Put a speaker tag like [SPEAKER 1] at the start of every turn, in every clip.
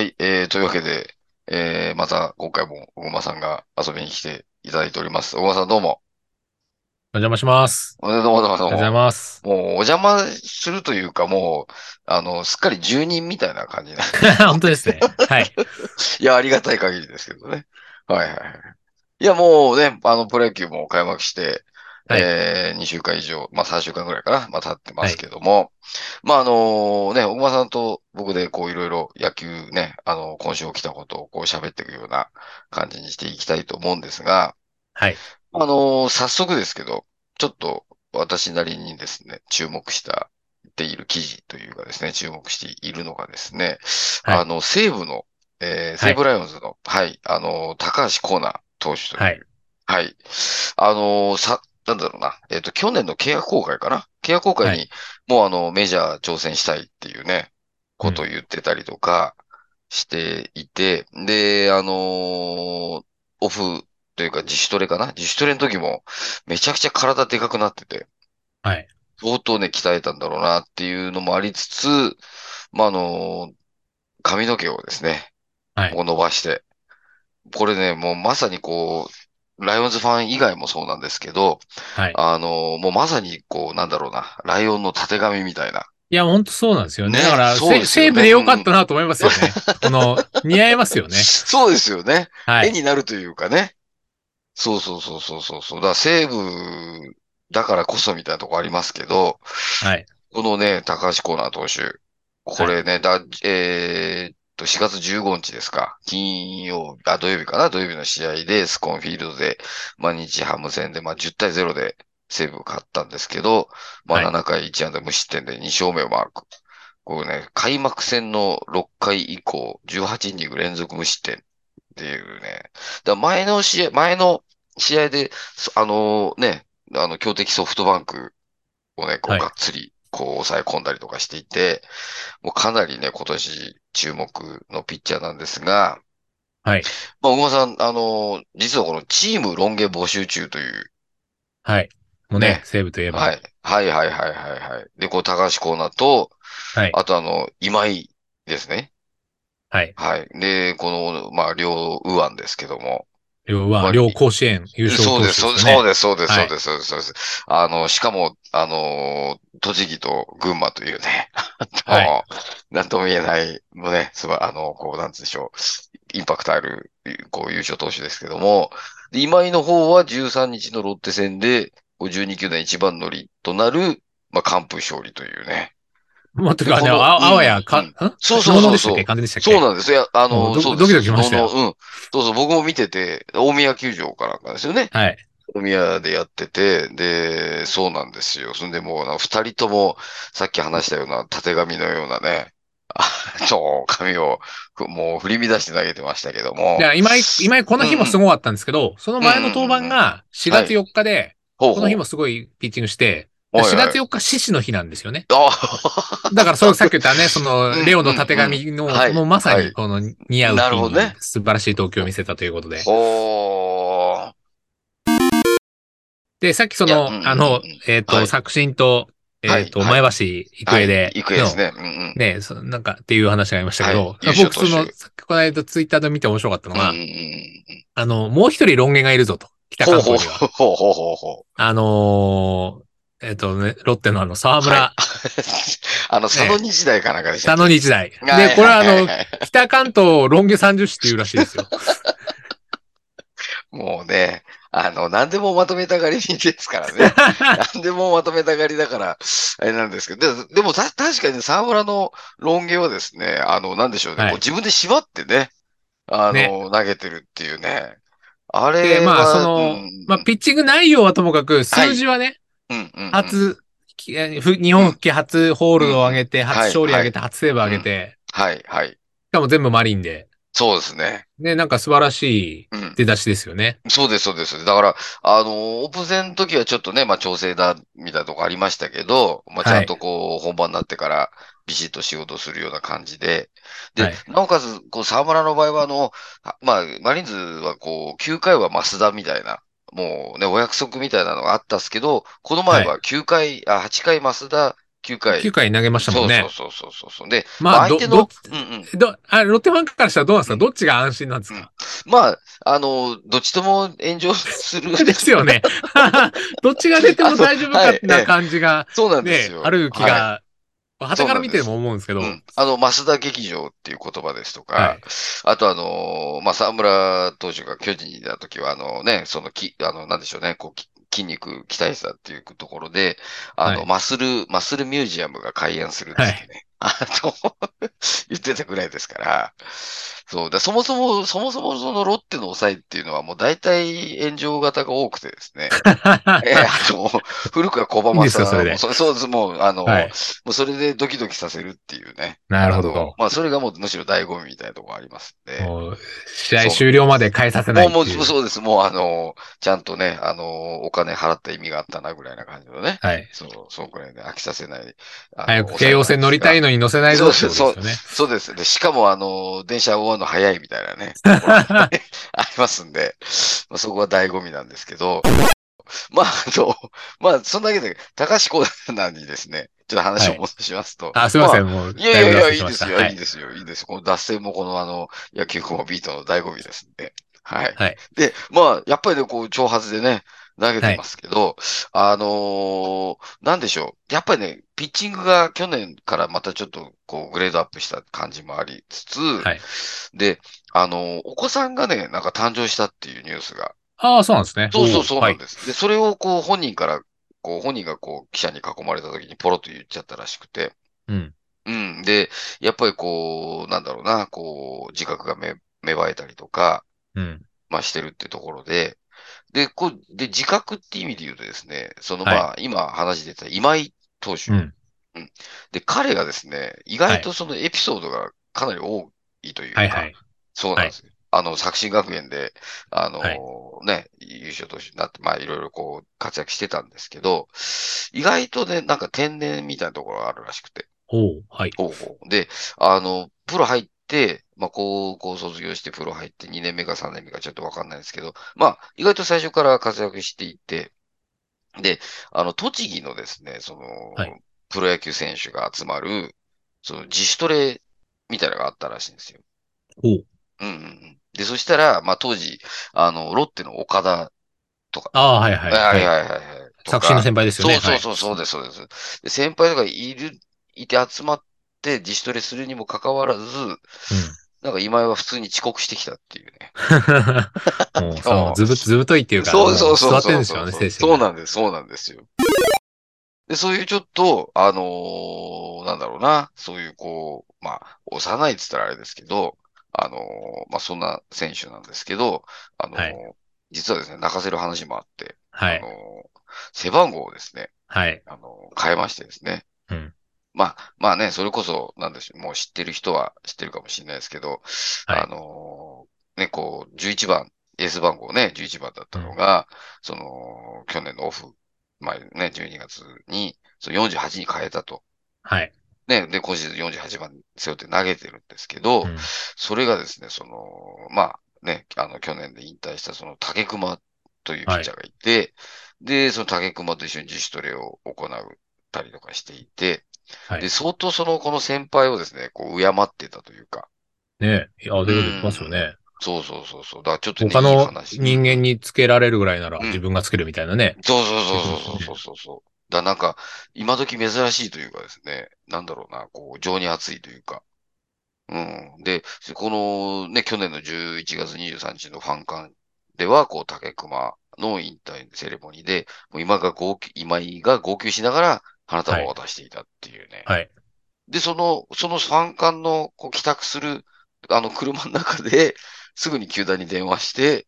[SPEAKER 1] い、えー、というわけで、えー、また今回も小熊さんが遊びに来ていただいております。小熊さんどうも。
[SPEAKER 2] お邪魔します。
[SPEAKER 1] おどうもどうもど
[SPEAKER 2] お
[SPEAKER 1] う
[SPEAKER 2] はようござい
[SPEAKER 1] も。
[SPEAKER 2] ます。
[SPEAKER 1] もうお邪魔するというか、もう、あの、すっかり住人みたいな感じな。
[SPEAKER 2] 本当ですね。はい。
[SPEAKER 1] いや、ありがたい限りですけどね。はいはいはい。いや、もうね、あの、プロ野球も開幕して、
[SPEAKER 2] はい
[SPEAKER 1] えー、2週間以上、まあ3週間ぐらいかな、まあ経ってますけども、まああのね、小熊さんと僕でこういろいろ野球ね、あの、今週起きたことをこう喋っていくような感じにしていきたいと思うんですが、
[SPEAKER 2] はい。
[SPEAKER 1] あの早速ですけど、ちょっと私なりにですね、注目した、っている記事というかですね、注目しているのがですね、
[SPEAKER 2] はい
[SPEAKER 1] あの、西武の、えー西武ライオンズの、はい、あの、高橋コーナー投手という、
[SPEAKER 2] はい。
[SPEAKER 1] はい。あのーさ、なんだろうな。えっと、去年の契約更改かな。契約更改
[SPEAKER 2] は
[SPEAKER 1] に、もうあの、メジャー挑戦したいっていうね、ことを言ってたりとかしていて、で、あのーオフというか自主トレかな。自主トレの時も、めちゃくちゃ体でかくなってて、
[SPEAKER 2] はい。
[SPEAKER 1] 相当ね、鍛えたんだろうなっていうのもありつつ、まあ、あのー髪の毛をですね、
[SPEAKER 2] はい
[SPEAKER 1] こう伸ばして。これね、もうまさにこう、ライオンズファン以外もそうなんですけど、
[SPEAKER 2] はい。
[SPEAKER 1] あの、もうまさにこう、なんだろうな、ライオンの縦紙みたいな。
[SPEAKER 2] いや、本当そうなんですよね。
[SPEAKER 1] ね
[SPEAKER 2] だから、
[SPEAKER 1] そう
[SPEAKER 2] せ
[SPEAKER 1] ですよね
[SPEAKER 2] セーブでよかったなと思いますよね。この、 似合いますよね。
[SPEAKER 1] そうですよね。
[SPEAKER 2] は
[SPEAKER 1] 絵
[SPEAKER 2] い。
[SPEAKER 1] になるというかね。そうそうそうそうそうそう。だから西武だからこそみたいなとこありますけど、
[SPEAKER 2] はい。
[SPEAKER 1] このね、高橋コーナー投手。これね、だ、えーっと、4月15日ですか。金曜日、あ、土曜日かな土曜日の試合で、スコンフィールドで、まあ、日ハム戦で、まあ、10対0で西武を勝ったんですけど、まあ、
[SPEAKER 2] はい
[SPEAKER 1] 7回1安打無失点で2勝目をマーク。これね、開幕戦の6回以降、18イニング連続無失点っていうね。だから前の試合、前の試合で、そあのね、あの、強敵ソフトバンクをね、こう、
[SPEAKER 2] はい
[SPEAKER 1] がっつり、こう、抑え込んだりとかしていて、もうかなりね、今年注目のピッチャーなんですが、
[SPEAKER 2] はい。
[SPEAKER 1] まあ、小熊さん、あの、実はこのチームロン毛募集中という、
[SPEAKER 2] はい。もうね
[SPEAKER 1] ね、
[SPEAKER 2] セーブといえば。
[SPEAKER 1] はい、はいはいはいはいはい。で、こう、高橋コーナーと、
[SPEAKER 2] はい。
[SPEAKER 1] あとあの、今井ですね。
[SPEAKER 2] はい。
[SPEAKER 1] はい。で、この、まあ、両右腕ですけども。
[SPEAKER 2] 両
[SPEAKER 1] まあ
[SPEAKER 2] は、両甲子園優勝
[SPEAKER 1] そう
[SPEAKER 2] 投手
[SPEAKER 1] で、
[SPEAKER 2] ですす
[SPEAKER 1] そう
[SPEAKER 2] よ
[SPEAKER 1] です、
[SPEAKER 2] ね。
[SPEAKER 1] そうです、そうです、
[SPEAKER 2] は
[SPEAKER 1] そう
[SPEAKER 2] い
[SPEAKER 1] です、そうですそうです。あの、しかも、あの、栃木と群馬というね、
[SPEAKER 2] は
[SPEAKER 1] あ
[SPEAKER 2] い
[SPEAKER 1] の、なんとも言えない、もうね、すごい、あの、こう、なんつうんでしょう、インパクトある、こう、優勝投手ですけども、で今井の方は13日のロッテ戦で、52球団一番乗りとなる、まあ、完封勝利というね。
[SPEAKER 2] もっとか、あ
[SPEAKER 1] でこの
[SPEAKER 2] ああわ
[SPEAKER 1] う
[SPEAKER 2] や、
[SPEAKER 1] ん
[SPEAKER 2] か、
[SPEAKER 1] うん
[SPEAKER 2] ん
[SPEAKER 1] そうそうそうそう
[SPEAKER 2] 昨日のでしたっけ完全でしたっけ
[SPEAKER 1] そうなんですよ。あの、
[SPEAKER 2] もうドキ
[SPEAKER 1] そうです
[SPEAKER 2] ドキドキしましたよ
[SPEAKER 1] そのうん。そうそう、僕も見てて、大宮球場かなんかですよね。
[SPEAKER 2] はい。
[SPEAKER 1] 大宮でやってて、で、そうなんですよ。そんでもうな、二人とも、さっき話したような、縦紙のようなね、あの、紙を、ふもう振り乱して投げてましたけども。
[SPEAKER 2] で今井、今井この日もすごかったんですけど、その前の登板が4月4日で、
[SPEAKER 1] ほうほう
[SPEAKER 2] この日もすごいピッチングして、で
[SPEAKER 1] はい
[SPEAKER 2] 4
[SPEAKER 1] はい
[SPEAKER 2] 月4日、獅子の日なんですよね。
[SPEAKER 1] あ
[SPEAKER 2] だから、そう、さっき言ったね、そ
[SPEAKER 1] うんうん
[SPEAKER 2] の、レオの縦紙の、
[SPEAKER 1] はい
[SPEAKER 2] もうまさ
[SPEAKER 1] はい
[SPEAKER 2] に、この、似合う
[SPEAKER 1] なるほどね
[SPEAKER 2] 素晴らしい投球を見せたということで。
[SPEAKER 1] ほー。
[SPEAKER 2] で、さっきそ
[SPEAKER 1] いや
[SPEAKER 2] の
[SPEAKER 1] うんうん、
[SPEAKER 2] あの、えっ
[SPEAKER 1] はい
[SPEAKER 2] と、作新と、
[SPEAKER 1] はい
[SPEAKER 2] えっと、
[SPEAKER 1] はい
[SPEAKER 2] 前橋育英
[SPEAKER 1] は
[SPEAKER 2] で
[SPEAKER 1] い、行方ですね。うんうん。
[SPEAKER 2] ね、そなんか、っていう話がありましたけ
[SPEAKER 1] はい
[SPEAKER 2] ど、
[SPEAKER 1] 優勝
[SPEAKER 2] 僕、
[SPEAKER 1] 投
[SPEAKER 2] そ
[SPEAKER 1] 手
[SPEAKER 2] の、さっきこの間ツイッターで見て面白かったのが
[SPEAKER 1] うんう、んうん
[SPEAKER 2] あの、もう一人論言がいるぞと、北
[SPEAKER 1] ほう
[SPEAKER 2] 関
[SPEAKER 1] ほう
[SPEAKER 2] 東には。
[SPEAKER 1] ほうほうほう ほう。
[SPEAKER 2] あのー、えっとね、ロッテのあの、沢村
[SPEAKER 1] は、あの、佐野二時代かなんかでした
[SPEAKER 2] 北
[SPEAKER 1] っ
[SPEAKER 2] の二時代。で
[SPEAKER 1] け。はい、
[SPEAKER 2] これはあ
[SPEAKER 1] いい
[SPEAKER 2] の、
[SPEAKER 1] い
[SPEAKER 2] 北関東ロン毛30市っていうらしいですよ。
[SPEAKER 1] もうね、あの、何でもまとめたがりですから ね。何でもまとめたがりだから、あれなんですけど、ででもた確かに沢村の論言はですね、あの、なんでしょうね、
[SPEAKER 2] はい
[SPEAKER 1] こう自分で縛ってね、あの、
[SPEAKER 2] ね
[SPEAKER 1] 投げてるっていうね。あれ
[SPEAKER 2] で、
[SPEAKER 1] は、
[SPEAKER 2] まあ、その
[SPEAKER 1] うん、
[SPEAKER 2] まあ、ピッチング内容はともかく、数字はね、
[SPEAKER 1] うんうんうん
[SPEAKER 2] 初、きえふ日本復帰初ホールドを上げて、初勝利上げて、初セーブ上げて、
[SPEAKER 1] はい、はい。
[SPEAKER 2] しかも全部マリンで、
[SPEAKER 1] そうですね。
[SPEAKER 2] ね、なんか素晴らしい
[SPEAKER 1] うん。
[SPEAKER 2] 出だしですよね。
[SPEAKER 1] そうです、そうです。だから、あの、オープン戦の時はちょっとね、まあ調整だ、みたいなとこありましたけど、まあち
[SPEAKER 2] はい
[SPEAKER 1] ゃんとこう、本番になってから、ビシッと仕事するような感じで。で、
[SPEAKER 2] はい
[SPEAKER 1] なおかつ、こう、沢村の場合は、あの、はまあ、マリーンズはこう、9回は増田みたいな、もうね、お約束みたいなのがあったんですけど、この前は9回、あ、8回増田、 9回。
[SPEAKER 2] 9回投げましたもんね。
[SPEAKER 1] そうそうそうそうそう。で、
[SPEAKER 2] まあ、ど、
[SPEAKER 1] 相手
[SPEAKER 2] ど
[SPEAKER 1] の
[SPEAKER 2] っ、
[SPEAKER 1] うんうん。
[SPEAKER 2] ち、ど、あれ、ロッテファンからしたらどうなんですかどっちが安心なんですか
[SPEAKER 1] まあ、あの、どっちとも炎上する。
[SPEAKER 2] です よね。どっちが出ても大丈夫かな感じが、
[SPEAKER 1] そうなんで
[SPEAKER 2] ね
[SPEAKER 1] す、よ。
[SPEAKER 2] ある気
[SPEAKER 1] はい
[SPEAKER 2] が、旗から見ても思うんですけど
[SPEAKER 1] う。ん、あの、増田劇場っていう言葉ですとか、
[SPEAKER 2] はい
[SPEAKER 1] あとあのーまあ、沢村投手が巨人にいた時は、あのね、そのき、あの、なんでしょうね、こう、き筋肉鍛えてたっていうところで、あの、
[SPEAKER 2] はい
[SPEAKER 1] マッスル、マッスルミュージアムが開園するんですってね。あの、言ってたぐらいですから、そうだ、そもそも、そもそもそのロッテの抑えっていうのはもう大体炎上型が多くてです ね。えーあの、古くは小
[SPEAKER 2] いいん
[SPEAKER 1] 浜
[SPEAKER 2] です
[SPEAKER 1] さん
[SPEAKER 2] よそれで
[SPEAKER 1] もうそうです、もう、あの、
[SPEAKER 2] はい
[SPEAKER 1] もうそれでドキドキさせるっていうね。
[SPEAKER 2] なるほ
[SPEAKER 1] あの
[SPEAKER 2] ど。
[SPEAKER 1] まあ、それがもうむしろ醍醐味みたいなところありますんで。
[SPEAKER 2] もう試合終了まで変えさせない
[SPEAKER 1] も
[SPEAKER 2] っ
[SPEAKER 1] う、
[SPEAKER 2] てい
[SPEAKER 1] も
[SPEAKER 2] う。
[SPEAKER 1] う、そうです。もう、あの、ちゃんとね、あの、お金払った意味があったな、ぐらいな感じのね。
[SPEAKER 2] はい。
[SPEAKER 1] そう、そうくらいで飽きさせない。
[SPEAKER 2] 早く京王線乗りたい
[SPEAKER 1] の。
[SPEAKER 2] のに乗せないぞってことですよね。
[SPEAKER 1] そうです。で、しかも、あの、電車終わるの早いみたいなね、 ところがありますんで、まあ、そこは醍醐味なんですけど、まあ、あの、まあ、そんだけで、高橋コーナーにですね、ちょっと話を戻しますと。
[SPEAKER 2] あ、すいませ
[SPEAKER 1] あ
[SPEAKER 2] ん、もう。
[SPEAKER 1] いやいやいや、いい
[SPEAKER 2] だ
[SPEAKER 1] で
[SPEAKER 2] ぶ脱線し
[SPEAKER 1] す
[SPEAKER 2] ました
[SPEAKER 1] よ、
[SPEAKER 2] はい
[SPEAKER 1] いですよ、いいです。この脱線もこのあの、野球コマビートの醍醐味ですんで。はい。
[SPEAKER 2] はい
[SPEAKER 1] で、まあ、やっぱりね、こう、挑発でね、投げてますけど、あのーなんでしょう。やっぱりね、ピッチングが去年からまたちょっと、こう、グレードアップした感じもありつつ、
[SPEAKER 2] はい
[SPEAKER 1] で、あのーお子さんがね、なんか誕生したっていうニュースが
[SPEAKER 2] ああ、そうなんですね。
[SPEAKER 1] そうそうそう
[SPEAKER 2] は
[SPEAKER 1] なん
[SPEAKER 2] い。
[SPEAKER 1] です。で、それをこう本人から、こう本人がこう記者に囲まれた時にポロッと言っちゃったらしくて。
[SPEAKER 2] うん。
[SPEAKER 1] うん。で、やっぱりこう、なんだろうな、こう、自覚がめ芽生えたりとか、
[SPEAKER 2] うん。
[SPEAKER 1] まあしてるってところで、で、こう、で、自覚って意味で言うとですね、そのまあ、今話出てた今井投手。
[SPEAKER 2] うん
[SPEAKER 1] で、彼がですね、意外とそのエピソードがかなり多いというか、
[SPEAKER 2] はいはい。
[SPEAKER 1] そうなんですよ。あの、作新学園で、あの、
[SPEAKER 2] はい
[SPEAKER 1] ね、優勝投手になって、まあ、いろいろこう、活躍してたんですけど、意外とね、なんか天然みたいなところがあるらしくて。
[SPEAKER 2] おう、はい。
[SPEAKER 1] ほうほうで、あの、プロ入って、まあ、高校卒業してプロ入って2年目か3年目かちょっとわかんないですけど、まあ、意外と最初から活躍していて、で、あの、栃木のですね、その、
[SPEAKER 2] はい
[SPEAKER 1] プロ野球選手が集まる、その自主トレみたいなのがあったらしいんですよ。
[SPEAKER 2] おう。
[SPEAKER 1] うんうんうん。で、そしたら、まあ、当時、あの、ロッテの岡田、
[SPEAKER 2] ああ、はいはい。
[SPEAKER 1] はい
[SPEAKER 2] い。
[SPEAKER 1] はいはいはい。
[SPEAKER 2] 作詞の
[SPEAKER 1] 先
[SPEAKER 2] 先輩ですよね。
[SPEAKER 1] そうそうそう、そうです、そうです。で、先輩とかいる、いて集まって自主トレするにもかかわらず、なんか今井は普通に遅刻してきたっていうね。
[SPEAKER 2] はい。うん。 もう、そのずぶ、ずぶといっていうか、
[SPEAKER 1] そうそうそ
[SPEAKER 2] も
[SPEAKER 1] う
[SPEAKER 2] 座って
[SPEAKER 1] そ
[SPEAKER 2] ん
[SPEAKER 1] う
[SPEAKER 2] で
[SPEAKER 1] そう
[SPEAKER 2] すよ
[SPEAKER 1] そ
[SPEAKER 2] ね、
[SPEAKER 1] う。
[SPEAKER 2] 精神
[SPEAKER 1] そう
[SPEAKER 2] が。
[SPEAKER 1] なんです、そうなんですよ。で、そういうちょっと、あのーなんだろうな、そういうこう、まあ、幼いっつったらあれですけど、あのーまあ、そんな選手なんですけど、あのー
[SPEAKER 2] はい
[SPEAKER 1] 実はですね、泣かせる話もあって、
[SPEAKER 2] は
[SPEAKER 1] あ
[SPEAKER 2] い。
[SPEAKER 1] の、背番号をですね、
[SPEAKER 2] はい。
[SPEAKER 1] あの、変えましてですね。
[SPEAKER 2] うん
[SPEAKER 1] まあ、まあね、それこそ、なんでしょう、もう知ってる人は知ってるかもしれないですけど、
[SPEAKER 2] はい
[SPEAKER 1] あの、ね、こう、11番、エース番号ね、11番だったのが、その、去年のオフ、前ね、12月に、その48に変えたと。
[SPEAKER 2] はい。
[SPEAKER 1] ね、で、今シーズン48番背負って投げてるんですけど、
[SPEAKER 2] うん
[SPEAKER 1] それがですね、その、まあね、あの、去年で引退したその竹熊というピッチャーがいて、で、その竹熊と一緒に自主トレを行ったりとかしていて、
[SPEAKER 2] はい
[SPEAKER 1] で、相当その、この先輩をですね、こう、敬ってたというか、
[SPEAKER 2] ねえ。いや、出てきますよね。
[SPEAKER 1] そうそうそうそう、だからちょっとね、
[SPEAKER 2] 他
[SPEAKER 1] いい
[SPEAKER 2] の
[SPEAKER 1] 話
[SPEAKER 2] 人間につけられるぐらいなら
[SPEAKER 1] うん
[SPEAKER 2] 自分がつけるみたいなね。
[SPEAKER 1] そうそうそうそうそうそうそう。だからなんか、今時珍しいというかですね、なんだろうな、こう、情に熱いというか。うん。で、このね、去年の11月23日のファン館では、こう、竹熊の引退セレモニーで、もう今が号泣、今井が号泣しながら花束を渡していたっていうね。
[SPEAKER 2] はい。
[SPEAKER 1] で、その、そのファン館のこう帰宅する、あの、車の中で、すぐに球団に電話して、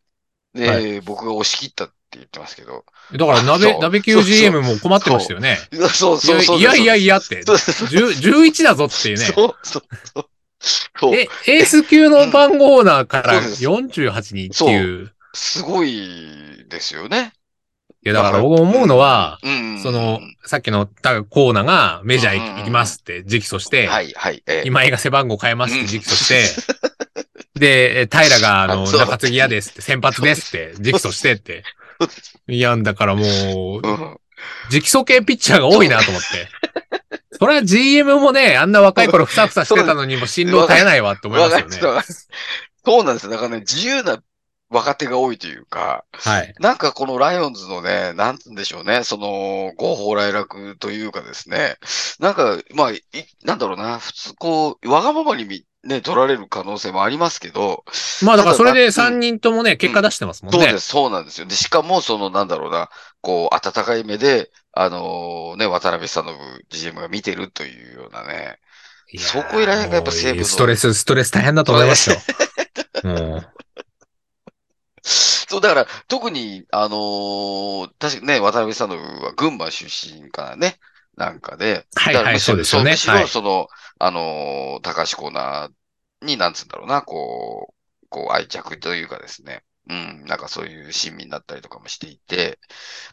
[SPEAKER 1] で、
[SPEAKER 2] は
[SPEAKER 1] 僕が押し切ったって言ってますけど、
[SPEAKER 2] だから、鍋、
[SPEAKER 1] そう
[SPEAKER 2] 鍋
[SPEAKER 1] そう
[SPEAKER 2] 級
[SPEAKER 1] そう
[SPEAKER 2] GM も困ってましたよね。
[SPEAKER 1] いや そう
[SPEAKER 2] いや
[SPEAKER 1] そうそう。
[SPEAKER 2] いや いやい
[SPEAKER 1] や、
[SPEAKER 2] やって。
[SPEAKER 1] そうそう
[SPEAKER 2] 10 11だぞっていうね。
[SPEAKER 1] そうそうそう。 そう
[SPEAKER 2] え、エース級の番号なから
[SPEAKER 1] うん
[SPEAKER 2] 48にっていう。
[SPEAKER 1] すごいですよね。
[SPEAKER 2] いや、だから僕思うのは、
[SPEAKER 1] うん。
[SPEAKER 2] その、さっきのタコーナがメジャー行き行きますって直訴して、
[SPEAKER 1] はいはい。ええ
[SPEAKER 2] 今井が背番号変えますって直訴して、で、え平が、あの、
[SPEAKER 1] あそう
[SPEAKER 2] 中継ぎ屋ですって、先発ですって、直訴してって。いや、だからもう、
[SPEAKER 1] うん
[SPEAKER 2] 直訴系ピッチャーが多いなと思って。それは GM もね、あんな若い頃ふさふさしてたのにも振動絶えないわって思いますよね。
[SPEAKER 1] わかります そうなんですよ。だからね、自由な若手が多いというか、
[SPEAKER 2] はい。
[SPEAKER 1] なんかこのライオンズのね、なんつうんでしょうね、その、合法来楽というかですね、なんか、まあ、いなんだろうな、普通こう、わがままにみね、取られる可能性もありますけど、
[SPEAKER 2] まあだからそれで
[SPEAKER 1] ただ
[SPEAKER 2] 3人ともね、結果出してますもん
[SPEAKER 1] そう
[SPEAKER 2] ね。
[SPEAKER 1] です、そうなんですよ。で、しかも、その、なんだろうな、こう、温かい目で、あのね、渡辺久信 GM が見てるというようなね。
[SPEAKER 2] いや
[SPEAKER 1] そこいらないからやっぱ西武の
[SPEAKER 2] もうストレス、ストレス大変だと思 いますよ。もう。
[SPEAKER 1] そう、だから、特に、あのー確かね、渡辺久信は群馬出身からね、なんかで、だ
[SPEAKER 2] はい
[SPEAKER 1] から
[SPEAKER 2] はい、
[SPEAKER 1] むしろ
[SPEAKER 2] そうですよね。
[SPEAKER 1] むしろ
[SPEAKER 2] はい。
[SPEAKER 1] その、あのー高橋コーナーに、なんつうんだろうな、こう、こう愛着というかですね。うん、なんかそういう親身になったりとかもしていて、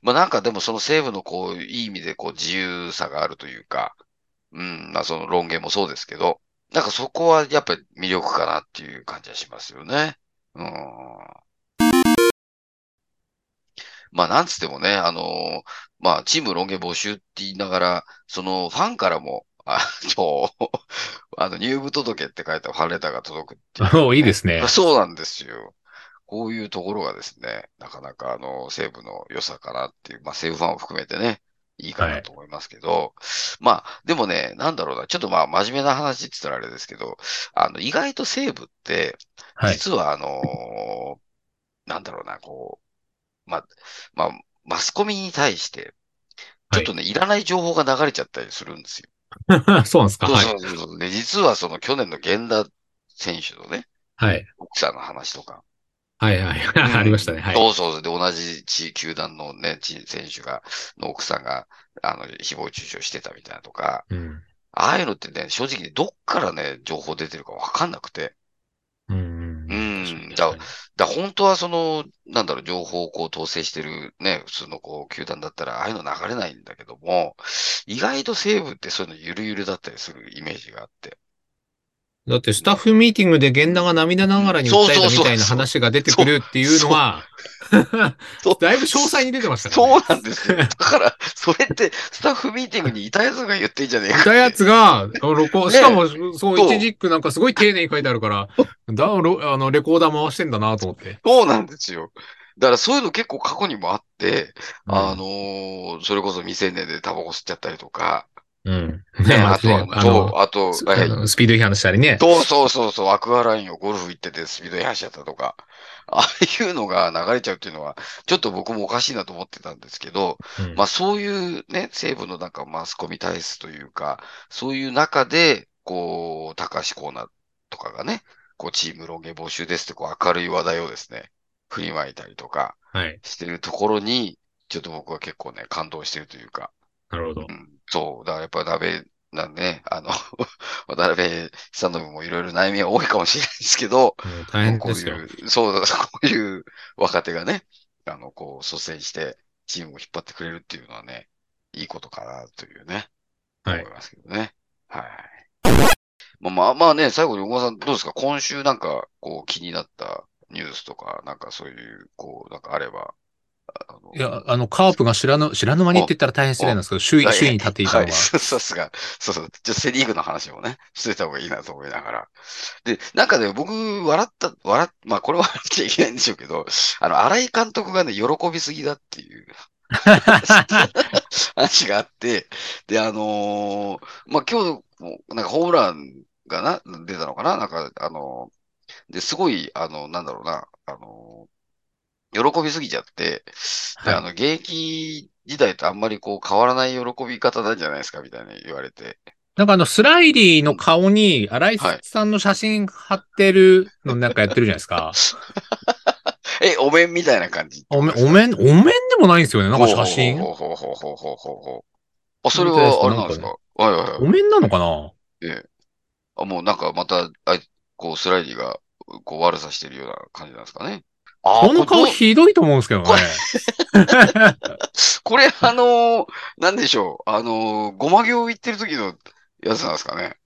[SPEAKER 1] まあなんかでもその西部のこう、いい意味でこう自由さがあるというか、うん、まあその論言もそうですけど、なんかそこはやっぱり魅力かなっていう感じはしますよね。うん。まあなんつってもね、あのーまあ、チーム論言募集って言いながら、そのファンからも、あの、 あの入部届って書いたファンレターが届くっていう、
[SPEAKER 2] もういいですね。
[SPEAKER 1] そうなんですよ。こういうところがですね、なかなかあの、西武の良さかなっていう、まあ、西武ファンを含めてね、いいかなと思いますけど、まあ、でもね、なんだろうな、ちょっとまあ、真面目な話って言ったらあれですけど、あの、意外と西武って、
[SPEAKER 2] はい。
[SPEAKER 1] 実はあのーなんだろうな、こう、まあ、まあ、マスコミに対して、ちょっとね、い、らない情報が流れちゃったりするんですよ。
[SPEAKER 2] そうなんですか。はい。
[SPEAKER 1] そうそうそう。で、実はその去年の源田選手のね、
[SPEAKER 2] はい。
[SPEAKER 1] 奥さんの話とか。
[SPEAKER 2] はいはい。 ありましたね。はい。
[SPEAKER 1] そうそうそう。で、同じ地球団のね、ち選手が、の奥さんが、あの、誹謗中傷してたみたいなとか、
[SPEAKER 2] うん。
[SPEAKER 1] ああいうのってね、正直どっからね、情報出てるかわかんなくて。
[SPEAKER 2] うん
[SPEAKER 1] う
[SPEAKER 2] うん。
[SPEAKER 1] ん。だだから本当はその、なんだろう、情報をこう統制してるね、普通のこう、球団だったら、ああいうの流れないんだけども、意外と西武ってそういうのゆるゆるだったりするイメージがあって。
[SPEAKER 2] だってスタッフミーティングで源田が涙ながらに訴えたみたいな話が出てくるっていうのは、
[SPEAKER 1] そうそう
[SPEAKER 2] だいぶ詳細に出てましたからね
[SPEAKER 1] そうなんですよ。だから、それって、スタッフミーティングにいたやつが言ってんじゃねえかっ
[SPEAKER 2] い
[SPEAKER 1] て。
[SPEAKER 2] たやつが、録音、しかも、そう、
[SPEAKER 1] そう
[SPEAKER 2] 一軸なんかすごい丁寧に書いてあるから、だ、ろあの、レコーダー回してんだなと思って。
[SPEAKER 1] そうなんですよ。だからそういうの結構過去にもあって、あ
[SPEAKER 2] の、
[SPEAKER 1] のーそれこそ未成年でタバコ吸っちゃったりとか、
[SPEAKER 2] うん。
[SPEAKER 1] ね、
[SPEAKER 2] ね、ま
[SPEAKER 1] あ
[SPEAKER 2] あ
[SPEAKER 1] と、
[SPEAKER 2] ね、あ
[SPEAKER 1] そう
[SPEAKER 2] の、
[SPEAKER 1] あと、
[SPEAKER 2] ス
[SPEAKER 1] え
[SPEAKER 2] あのスピード違反したりね。
[SPEAKER 1] そうそうそうそう、アクアラインをゴルフ行っててスピード違反しちゃったとか、ああいうのが流れちゃうっていうのは、ちょっと僕もおかしいなと思ってたんですけど、
[SPEAKER 2] うん
[SPEAKER 1] まあそういうね、西部のなんかマスコミ体質というか、そういう中で、こう、高橋コーナーとかがね、こうチーム論言募集ですってこう明るい話題をですね、振りまいたりとか
[SPEAKER 2] はい。
[SPEAKER 1] してるところに、ちょっと僕は結構ね、感動してるというか、
[SPEAKER 2] なるほど
[SPEAKER 1] う。ん、そう、だからやっぱ鍋なんでね、あの、 渡辺久信もいろいろ悩みが多いかもしれないですけど、
[SPEAKER 2] うん大変
[SPEAKER 1] こう
[SPEAKER 2] ですよ。
[SPEAKER 1] いう、そう、 こういう若手がね、あの、こう、率先してチームを引っ張ってくれるっていうのはね、いいことかなというね、
[SPEAKER 2] はい
[SPEAKER 1] 思いますけどね。はい。まあまあまあね、最後に小川さん、どうですか今週なんか、こう、気になったニュースとか、なんかそういう、こう、なんかあれば、あの
[SPEAKER 2] いや、あの、カープが知らぬ、知らぬ間にって言ったら大変失礼なんですけど、首位、首位に立っていたのは。
[SPEAKER 1] はい、そうさすが。そうそう。じゃあセリーグの話もね、しといた方がいいなと思いながら。で、なんかね、僕、笑った、笑っ、まあ、これは笑っちゃいけないんでしょうけど、 あの、荒井監督がね、喜びすぎだって いう話があって、で、あのーまあ、今日も、なんかホームランがな、出たのかななんか、あのーで、すごい、あの、なんだろうな、あのー喜びすぎちゃって、で
[SPEAKER 2] はい
[SPEAKER 1] あの、現役時代とあんまりこう変わらない喜び方なんじゃないですかみたいに言われて。
[SPEAKER 2] なんかあの、スライリーの顔に、荒井さんの写真貼ってるのなんかやってるじゃないですか。
[SPEAKER 1] え、お面みたいな感じ。
[SPEAKER 2] おめん、おめん、お面でもないんですよね。なんか写真。
[SPEAKER 1] ほうほうほうほうほうほうほう。あ、それ
[SPEAKER 2] みたいです
[SPEAKER 1] はあれなんですかはいはい
[SPEAKER 2] お
[SPEAKER 1] はい。
[SPEAKER 2] 面なのかな
[SPEAKER 1] あ、もうなんかまた、あいこう、スライディが、こう、悪さしてるような感じなんですかね。あー
[SPEAKER 2] この
[SPEAKER 1] これど
[SPEAKER 2] 顔
[SPEAKER 1] う
[SPEAKER 2] ひどいと思うんですけどね
[SPEAKER 1] こ。これ、あのーなんでしょう。あのーごま行行ってる時のやつなんですかね。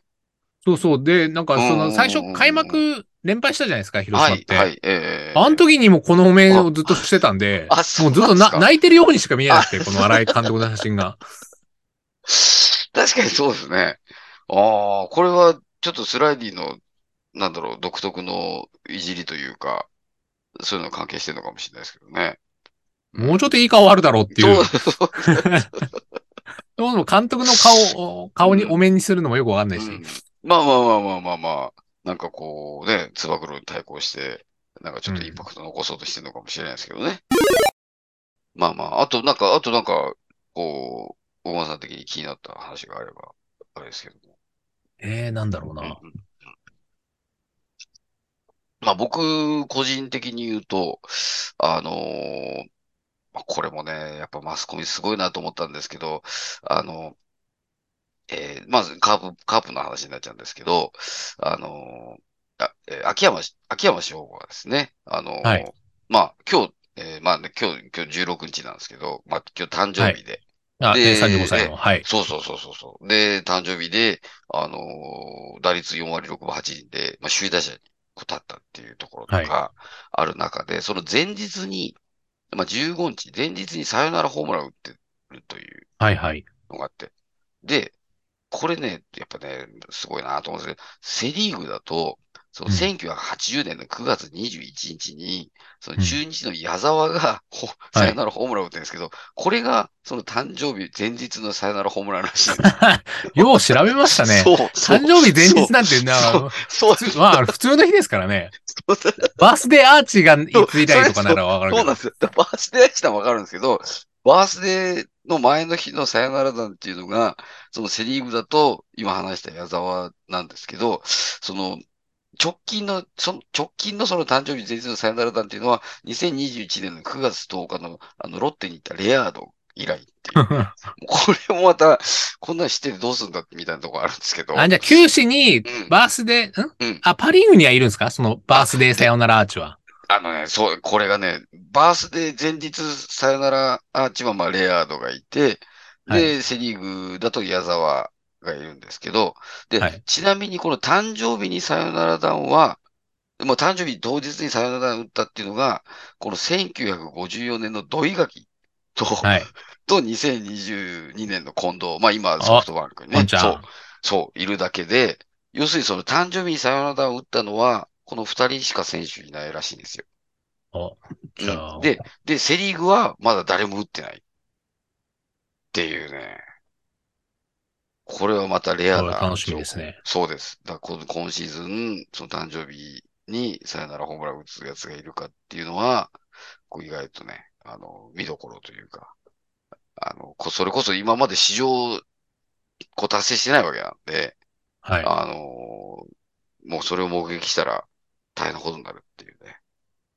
[SPEAKER 2] そうそう。で、なんかそ
[SPEAKER 1] うん
[SPEAKER 2] の最初開幕連敗したじゃないですか、広
[SPEAKER 1] は
[SPEAKER 2] 島っ
[SPEAKER 1] い、
[SPEAKER 2] て。
[SPEAKER 1] はい、ええ
[SPEAKER 2] あの時にもこのお面をずっとしてたんで、
[SPEAKER 1] あ、そ
[SPEAKER 2] もうずっ
[SPEAKER 1] な
[SPEAKER 2] と
[SPEAKER 1] んです
[SPEAKER 2] な
[SPEAKER 1] か
[SPEAKER 2] 泣いてるようにしか見えなくて、この荒井監督の写真が。
[SPEAKER 1] 確かにそうですね。ああ、これはちょっとスライディの、なんだろう、独特のいじりというか、そういうの関係してるのかもしれないですけどね。
[SPEAKER 2] もうちょっといい顔あるだろうっていう。
[SPEAKER 1] そうそう
[SPEAKER 2] でも監督の顔を、顔にお面にするのもよくわかんないし。
[SPEAKER 1] うんまあまあまあまあまあまあ、なんかこうね、つば九郎に対抗して、なんかちょっとインパクト残そうとしてるのかもしれないですけどね。まあまあ、あとなんか、あとなんか、こう、大間さん的に気になった話があれば、あれですけども。
[SPEAKER 2] ええなんだろうな。
[SPEAKER 1] うんうんまあ僕、個人的に言うと、あのーまあこれもね、やっぱマスコミすごいなと思ったんですけど、あの、えーまずカープ、カープの話になっちゃうんですけど、あのーあえー秋山し、秋山翔吾はですね、あのー
[SPEAKER 2] はい
[SPEAKER 1] まあ今日、えーまあね、今日、今日16日なんですけど、まあ今日誕生日で、
[SPEAKER 2] あ、
[SPEAKER 1] で
[SPEAKER 2] 35歳の。はい。
[SPEAKER 1] そうそうそうそうそう。で、誕生日で、あのー打率4割6分8厘で、まあ、首位打者に立ったっていうところとかある中で、その前日に、まあ、15日、前日にサヨナラホームラン打ってるという
[SPEAKER 2] はいはい。
[SPEAKER 1] のがあって。で、これね、やっぱね、すごいなと思うんですけど、セリーグだと、その
[SPEAKER 2] うん
[SPEAKER 1] 1980年の9月21日に、その
[SPEAKER 2] うん
[SPEAKER 1] 中日の矢沢が、ほサヨナラホームラン打ってるんですけど、これが、その誕生日前日のサヨナラホームランらしいんです
[SPEAKER 2] よう調べましたね。
[SPEAKER 1] そう、そう
[SPEAKER 2] 誕生日前日なんてな、
[SPEAKER 1] そうそう、そう
[SPEAKER 2] 普通まあ、普通の日ですからね。
[SPEAKER 1] そう
[SPEAKER 2] バースデーアーチがついたりとかならわかる
[SPEAKER 1] そ
[SPEAKER 2] け
[SPEAKER 1] うなん
[SPEAKER 2] ど
[SPEAKER 1] で。すよ。バースデーアイスはわかるんですけど、バースデーの前の日のサヨナラ弾っていうのが、そのセリーグだと、今話した矢沢なんですけど、その、直近の、その、直近のその誕生日前日のサヨナラ弾っていうのは、2021年の9月10日の、あの、ロッテに行ったレアード以来っていう。 これもまた、こんなん知っててどうすんだってみたいなとこあるんですけど。
[SPEAKER 2] あ、じゃあ、九死に
[SPEAKER 1] うん
[SPEAKER 2] バースデー、ん
[SPEAKER 1] うん
[SPEAKER 2] あ、パリーグにはいるんですかそのバースデーさよならアーチは。
[SPEAKER 1] あのね、そう、これがね、バースデー前日サヨナラアーチはまあレアードがいて、
[SPEAKER 2] は
[SPEAKER 1] で、セリーグだと矢沢がいるんですけど、で
[SPEAKER 2] はい、
[SPEAKER 1] ちなみにこの誕生日にサヨナラ弾は、もう誕生日当日にサヨナラ弾打ったっていうのが、この1954年の土井垣と、
[SPEAKER 2] はい。
[SPEAKER 1] と2022年の近藤、まあ今ソフトバンクに
[SPEAKER 2] ポ
[SPEAKER 1] ね
[SPEAKER 2] ン、ちゃん
[SPEAKER 1] そう、そう、いるだけで、要するにその誕生日にサヨナラ弾を打ったのは、この二人しか選手いないらしいんですよ。
[SPEAKER 2] おじゃあ
[SPEAKER 1] うんで、で、セリーグはまだ誰も打ってない。っていうね。これはまたレア
[SPEAKER 2] これ
[SPEAKER 1] な。
[SPEAKER 2] 楽しみですね。
[SPEAKER 1] そうです。だからこ今シーズン、その誕生日にさよならホームラン打つやつがいるかっていうのは、こう意外とね、あの、見どころというか、あの、こそれこそ今まで史上、こう達成してないわけなんで、
[SPEAKER 2] はい。
[SPEAKER 1] あのーもうそれを目撃したら大変なことになるっ